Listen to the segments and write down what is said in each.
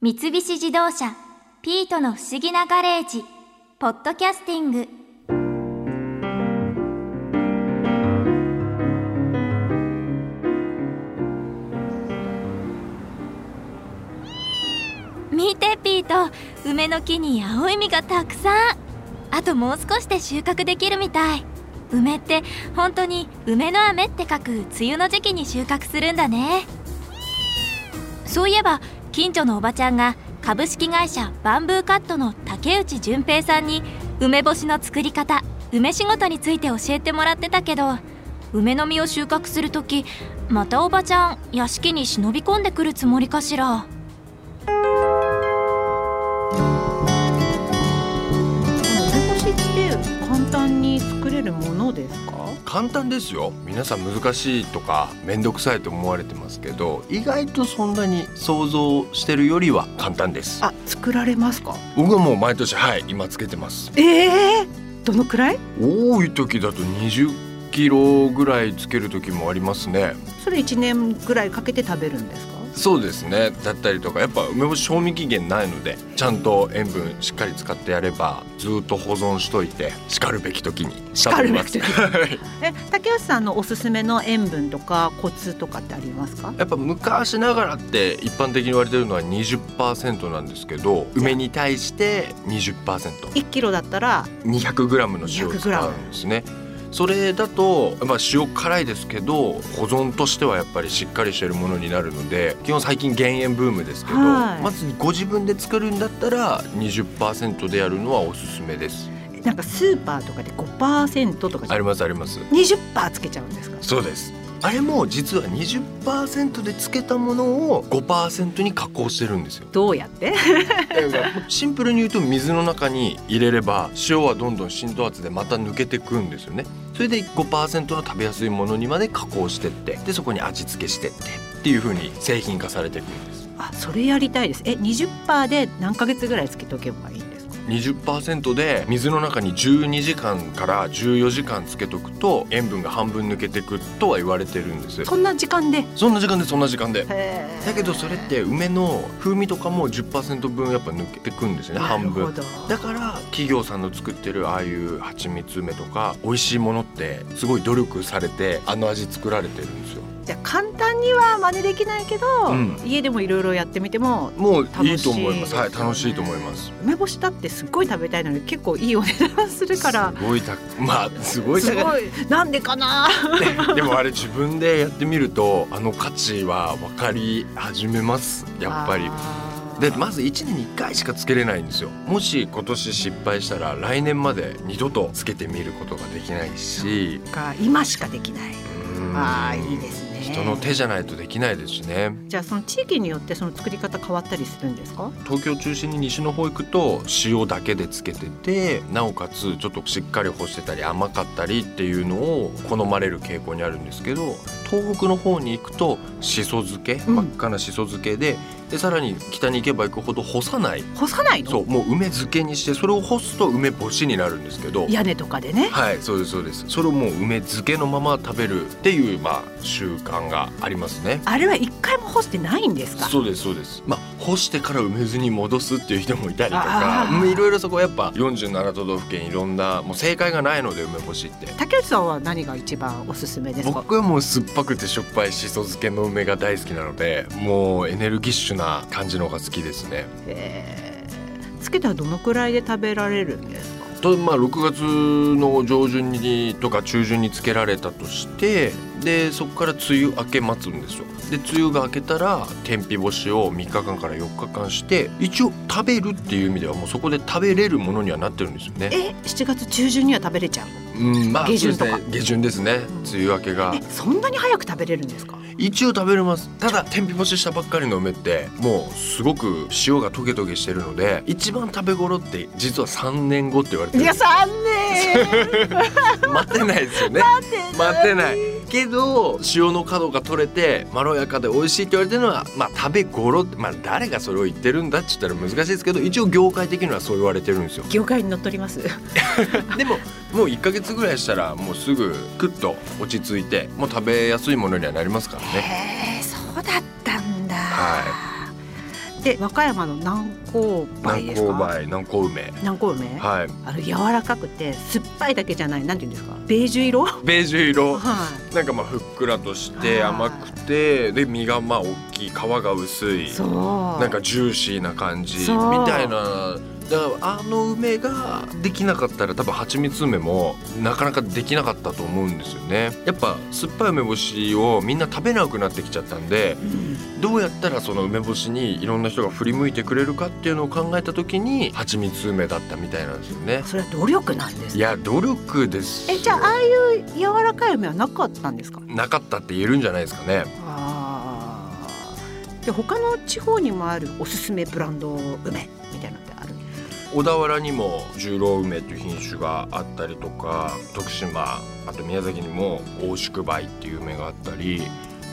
三菱自動車「ピートの不思議なガレージ」「ポッドキャスティング」見てピート梅の木に青い実がたくさんあともう少しで収穫できるみたい梅って本当に梅の雨って書く梅雨の時期に収穫するんだねそういえば近所のおばちゃんが株式会社バンブーカットの竹内淳平さんに梅干しの作り方梅仕事について教えてもらってたけど梅の実を収穫する時またおばちゃん屋敷に忍び込んでくるつもりかしら梅干しって簡単に作れるものですか簡単ですよ皆さん難しいとか面倒くさいと思われてますけど意外とそんなに想像してるよりは簡単ですあ作られますか僕はもう毎年はい今つけてますええどのくらい多い時だと20キロぐらいつける時もありますねそれ一年ぐらいかけて食べるんですかそうですねだったりとかやっぱ梅干し賞味期限ないのでちゃんと塩分しっかり使ってやればずっと保存しといてしかるべき時に食べますしかえ竹内さんのおすすめの塩分とかコツとかってありますかやっぱ昔ながらって一般的に言われてるのは20%なんですけど梅に対して20%200g 1キロだったらの塩を使うんですねそれだと、まあ、塩辛いですけど保存としてはやっぱりしっかりしてるものになるので基本最近減塩ブームですけど、はいまずご自分で作るんだったら20%でやるのはおすすめですなんかスーパーとかで5%とかじあゃりますあります20%つけちゃうんですかそうですあれも実は20%でつけたものを5%に加工してるんですよどうやってだからシンプルに言うと水の中に入れれば塩はどんどん浸透圧でまた抜けてくんですよねそれで5%の食べやすいものにまで加工してってでそこに味付けしてってっていう風に製品化されていくんですあそれやりたいですえ20%で何ヶ月ぐらいつけとけばいいんですか20%で水の中に12時間から14時間つけとくと塩分が半分抜けてくとは言われてるんですそんな時間でそんな時間でそんな時間でだだけどそれって梅の風味とかも10%分やっぱ抜けてくんですよね半分だから企業さんの作ってるああいう蜂蜜梅とか美味しいものってすごい努力されてあの味作られてるんですよじゃあ簡単には真似できないけど、うん家でもいろいろやってみてももうい楽いしとい思いますはいですよね楽しいと思います梅干しだってすっごい食べたいのに結構いいお値段するからすごいたまあすごいす高いごいなんでかな でもあれ自分でやってみるとあの価値は分かり始めますやっぱりあーでまず1年に1回しかつけれないんですよもし今年失敗したら来年まで二度とつけてみることができないしか今しかできないうんあーいいですね人の手じゃないとできないですしねじゃあその地域によってその作り方変わったりするんですか東京中心に西の方行くと塩だけでつけててなおかつちょっとしっかり干してたり甘かったりっていうのを好まれる傾向にあるんですけど東北の方に行くとしそ漬けん真っ赤なしそ漬けで,、でさらに北に行けば行くほど干さない干さないのそうもう梅漬けにしてそれを干すと梅干しになるんですけど。屋根とかでねはいそうですそうですそれをもう梅漬けのまま食べるっていうまあ習慣がありますねあれは一回も干してないんですかそうですそうですまあ干してから梅酢に戻すっていう人もいたりとあかーうんいろいろそこやっぱ47都道府県いろんなもう正解がないので梅干しって竹内さんは何が一番おすすめですか僕はもう酸っぱくてしょっぱいしそ漬けの梅が大好きなのでもうエネルギッシュな感じの方が好きですねえーつけたらどのくらいで食べられるんですかとまあ6月の上旬にとか中旬につけられたとしてでそこから梅雨明け待つんですよで梅雨が明けたら天日干しを3日間から4日間して一応食べるっていう意味ではもうそこで食べれるものにはなってるんですよねえ7月中旬には食べれちゃうのうんまあ下旬とかそうですね下旬ですね梅雨明けがえそんなに早く食べれるんですか一応食べれますただ天日干ししたばっかりの梅ってもうすごく塩がトゲトゲしてるので一番食べ頃って実は3年後って言われているや残念待てないですよね待てないけど塩の角が取れてまろやかで美味しいって言われてるのはまあ食べ頃ってまあ誰がそれを言ってるんだって言ったら難しいですけど一応業界的にはそう言われてる んですよ業界に乗っ取りますでももう1ヶ月ぐらいしたらもうすぐクッと落ち着いても う食べやすいものにはなりますからねへえそうだったんだ、はで和歌山の南高梅南ですか高梅南高梅南高梅、はいあれ柔らかくて酸っぱいだけじゃないなんていうんですかベージュ 色はベージュ色いなんかまあふっくらとしてあー甘くてで身がまあ大きい皮が薄いそうなんかジューシーな感じみそうたいなだからあの梅ができなかったら多分蜂蜜梅もなかなかできなかったと思うんですよねやっぱ酸っぱい梅干しをみんな食べなくなってきちゃったんでうんどうやったらその梅干しにいろんな人が振り向いてくれるかっていうのを考えた時に蜂蜜梅だったみたいなんですよねそれは努力なんですいや努力ですよえじゃあああいう柔らかい梅はなかったんですかなかったって言えるんじゃないですかねあーで他の地方にもあるおすすめブランド梅みたいなのってある小田原にも十郎梅っていう品種があったりとか徳島あと宮崎にも大宿梅っていう梅があったり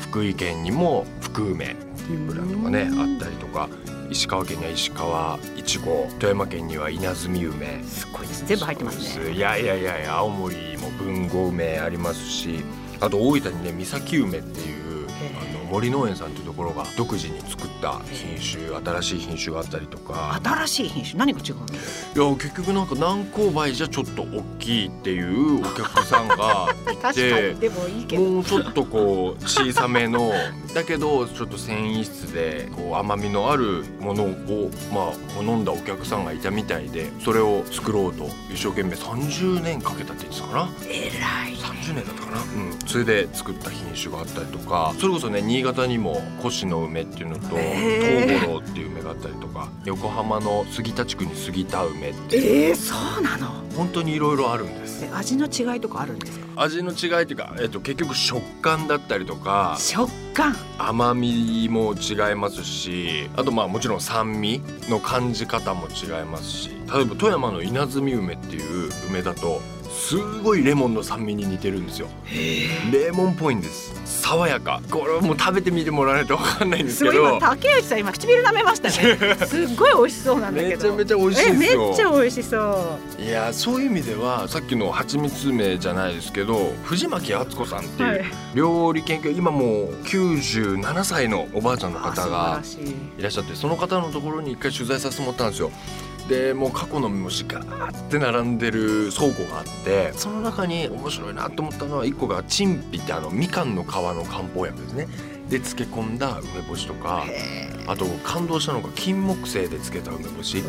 福井県にも福梅っていうブランドがねうんあったりとか石川県には石川いちご富山県には稲積梅すごいです全部入ってますそうねですいやいやいやいや青森も文豪梅ありますしあと大分にね三崎梅っていうへえあの森農園さんっていうところが独自に作った品種新しい品種があったりとか新しい品種何が違うのいや結局なんか南高梅じゃちょっと大きいっていうお客さ んがいてでもいいもうちょっとこう小さめのだけどちょっと繊維質でこう甘みのあるものをまあ好んだお客さんがいたみたいでそれを作ろうと一生懸命30年かけたって言ってたかなえらい30年だったかな、うん、それで作った品種があったりとかそれこそね新潟にも越の梅っていうのとトへーウモロウっていう梅があったりとか横浜の杉田地区に杉田梅っていうえー、そうなの本当にいろいろあるんですえ味の違いとかあるんですか味の違いっていうか、えっと、結局食感だったりとか食感甘みも違いますしあとまあもちろん酸味の感じ方も違いますし例えば富山の稲積梅っていう梅だとすごいレモンの酸味に似てるんですよレモンっぽいんです爽やかこれはもう食べてみてもらわないと分かんないんですすけごいど今竹内さん今唇舐めました ねすっごい美味しそうなんだけめちゃどめちゃ美味しいえんですよめっちゃ美味しそういやーそういう意味ではさっきの蜂蜜梅じゃないですけど藤巻敦子さんってはいいう料理研究、今もう97歳のおばあちゃんのあ方素晴がらしいいらっしゃってその方のところに一回取材させてもらったんですよでもう過去の虫がーって並んでる倉庫があってその中に面白いなと思ったのは一個がチンピってあのみかんの皮の漢方薬ですねで漬け込んだ梅干しとかへあと感動したのが金木犀で漬けた梅干しー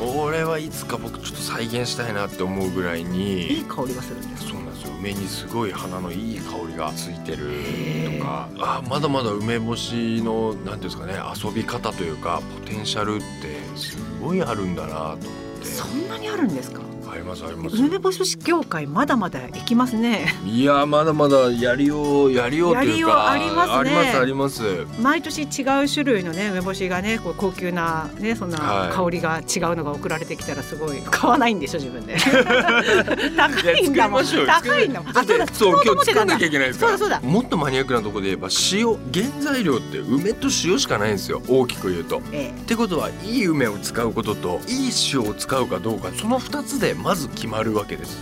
うわ俺はいつか僕ちょっと再現したいなって思うぐらいーいいに香りがするんですそうなんですよ梅にすごい花のいい香りがついてるとかあまだまだ梅干しの何ていうんですかね遊び方というかポテンシャルってすごいあるんだなと思ってそんなにあるんですかありますあります梅干し業界まだまだ行きますね いやまだまだやりようやりようというかやりようありますねありますあります毎年違う種類のね梅干しがねこう高級なねそんはない香りが違うのが送られてきたらすごい買わないんでしょ自 分で高いんだもんいや作りましょうよ高いんだもんあそうだそう作ろうと思っ今日て作たんんなだきゃいけないですかそうだらそうだもっとマニアックなところで言えば塩原材料って梅と塩しかないんですよ大きく言うとえってことはいい梅を使うことといい塩を使うかどうかその2つでまず決まるわけです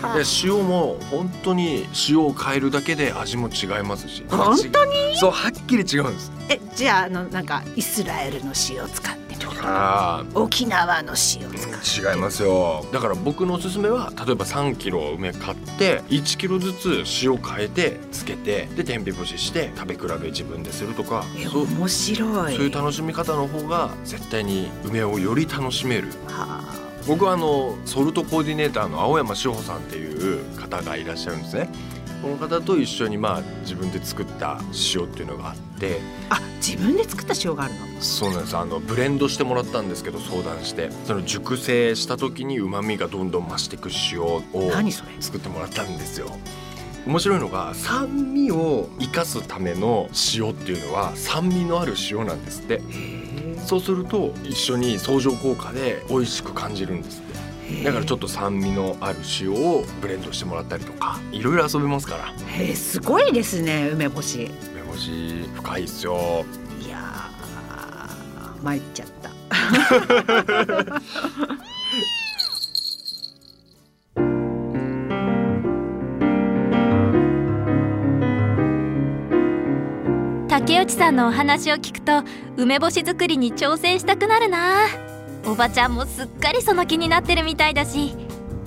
で塩も本当に塩を変えるだけで味も違いますし本当にそうはっきり違うんですええじゃああのなんかイスラエルの塩を使ってとかあ沖縄の塩を使ってー違いますよだから僕のおすすめは例えば3キロ梅買って1キロずつ塩変えてつけてで天日干しして食べ比べ自分でするとかえそう面白いそういう楽しみ方の方が絶対に梅をより楽しめるはあ僕はあのソルトコーディネーターの青山志保さんっていう方がいらっしゃるんですねこの方と一緒にまあ自分で作った塩っていうのがあってあ自分で作った塩があるのそうなんですあのブレンドしてもらったんですけど相談してその熟成した時にうまみがどんどん増していく塩を何それ作ってもらったんですよ面白いのが酸味を生かすための塩っていうのは酸味のある塩なんですってそうすると一緒に相乗効果で美味しく感じるんですってだからちょっと酸味のある塩をブレンドしてもらったりとかいろいろ遊べますからへえすごいですね梅干し梅干し深いっすよいやー参っちゃった竹内さんのお話を聞くと梅干し作りに挑戦したくなるなおばちゃんもすっかりその気になってるみたいだし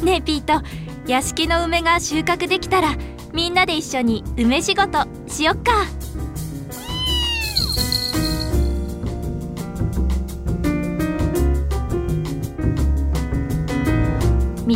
ねえピート屋敷の梅が収穫できたらみんなで一緒に梅仕事しよっか三